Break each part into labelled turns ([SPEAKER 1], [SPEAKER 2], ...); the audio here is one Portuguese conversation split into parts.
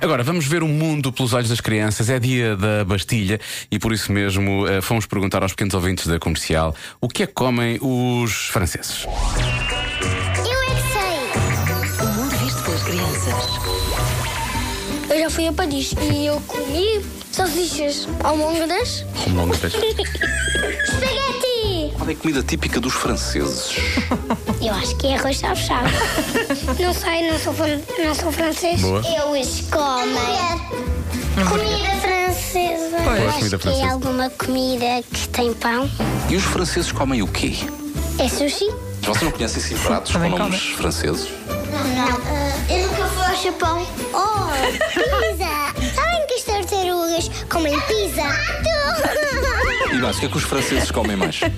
[SPEAKER 1] Agora, vamos ver o mundo pelos olhos das crianças. É dia da Bastilha e por isso mesmo eh, fomos perguntar aos pequenos ouvintes da comercial o que é que comem os franceses.
[SPEAKER 2] Eu é que sei.
[SPEAKER 3] O mundo visto pelas crianças.
[SPEAKER 2] Eu já fui a Paris e eu comi salsichas almôndegas.
[SPEAKER 1] Almôndegas.
[SPEAKER 2] Espaguete!
[SPEAKER 4] Qual é a comida típica dos franceses?
[SPEAKER 2] Eu acho que é arroz chave Não sei, não sou, fran- não sou francês.
[SPEAKER 1] Boa.
[SPEAKER 2] Eles comem. Comida francesa. Eu acho
[SPEAKER 1] Comida
[SPEAKER 2] que é
[SPEAKER 1] francesa.
[SPEAKER 2] alguma comida que tem pão.
[SPEAKER 4] E os franceses comem o quê?
[SPEAKER 2] É sushi?
[SPEAKER 4] Vocês não conhecem esses pratos com
[SPEAKER 5] Também
[SPEAKER 4] nomes franceses?
[SPEAKER 2] Não. Ah, eu nunca fui ao Japão. Oh, pizza! Sabem que as tartarugas comem pizza?
[SPEAKER 4] E mais, o que é que os franceses comem mais?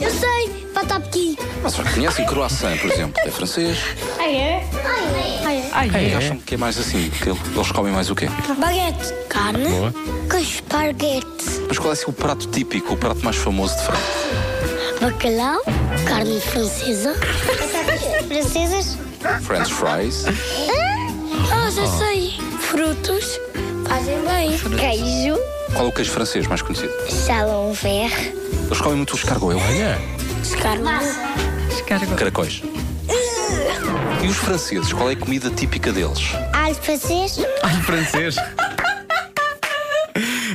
[SPEAKER 2] Eu sei, patapki.
[SPEAKER 4] Vocês conhecem croissant, por exemplo? É francês.
[SPEAKER 5] Ai,
[SPEAKER 4] E acham que é mais assim? Que eles comem mais o quê?
[SPEAKER 2] Baguete. Carne.
[SPEAKER 1] Boa.
[SPEAKER 2] Com esparguete.
[SPEAKER 4] Mas qual é assim, o prato típico, o prato mais famoso de França?
[SPEAKER 2] Bacalhau. Carne francesa. Francesas?
[SPEAKER 4] French fries.
[SPEAKER 2] Ah, já sei. Frutos. Fazem bem. Queijo.
[SPEAKER 4] Qual é o queijo francês mais conhecido?
[SPEAKER 2] Salão verde.
[SPEAKER 4] Eles comem muito os cargos,
[SPEAKER 2] Carne.
[SPEAKER 5] escargot.
[SPEAKER 4] caracóis. E os franceses, qual é a comida típica deles?
[SPEAKER 2] Alho francês.
[SPEAKER 1] Alho francês.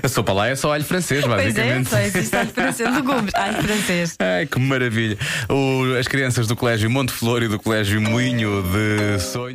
[SPEAKER 1] A sopa lá é só alho francês,
[SPEAKER 5] Pois é,
[SPEAKER 1] basicamente.
[SPEAKER 5] só existe alho francês um de legumes. Alho francês.
[SPEAKER 1] Ai, que maravilha. O- as crianças do Colégio Monte Flor e do Colégio Moinho de Sonho.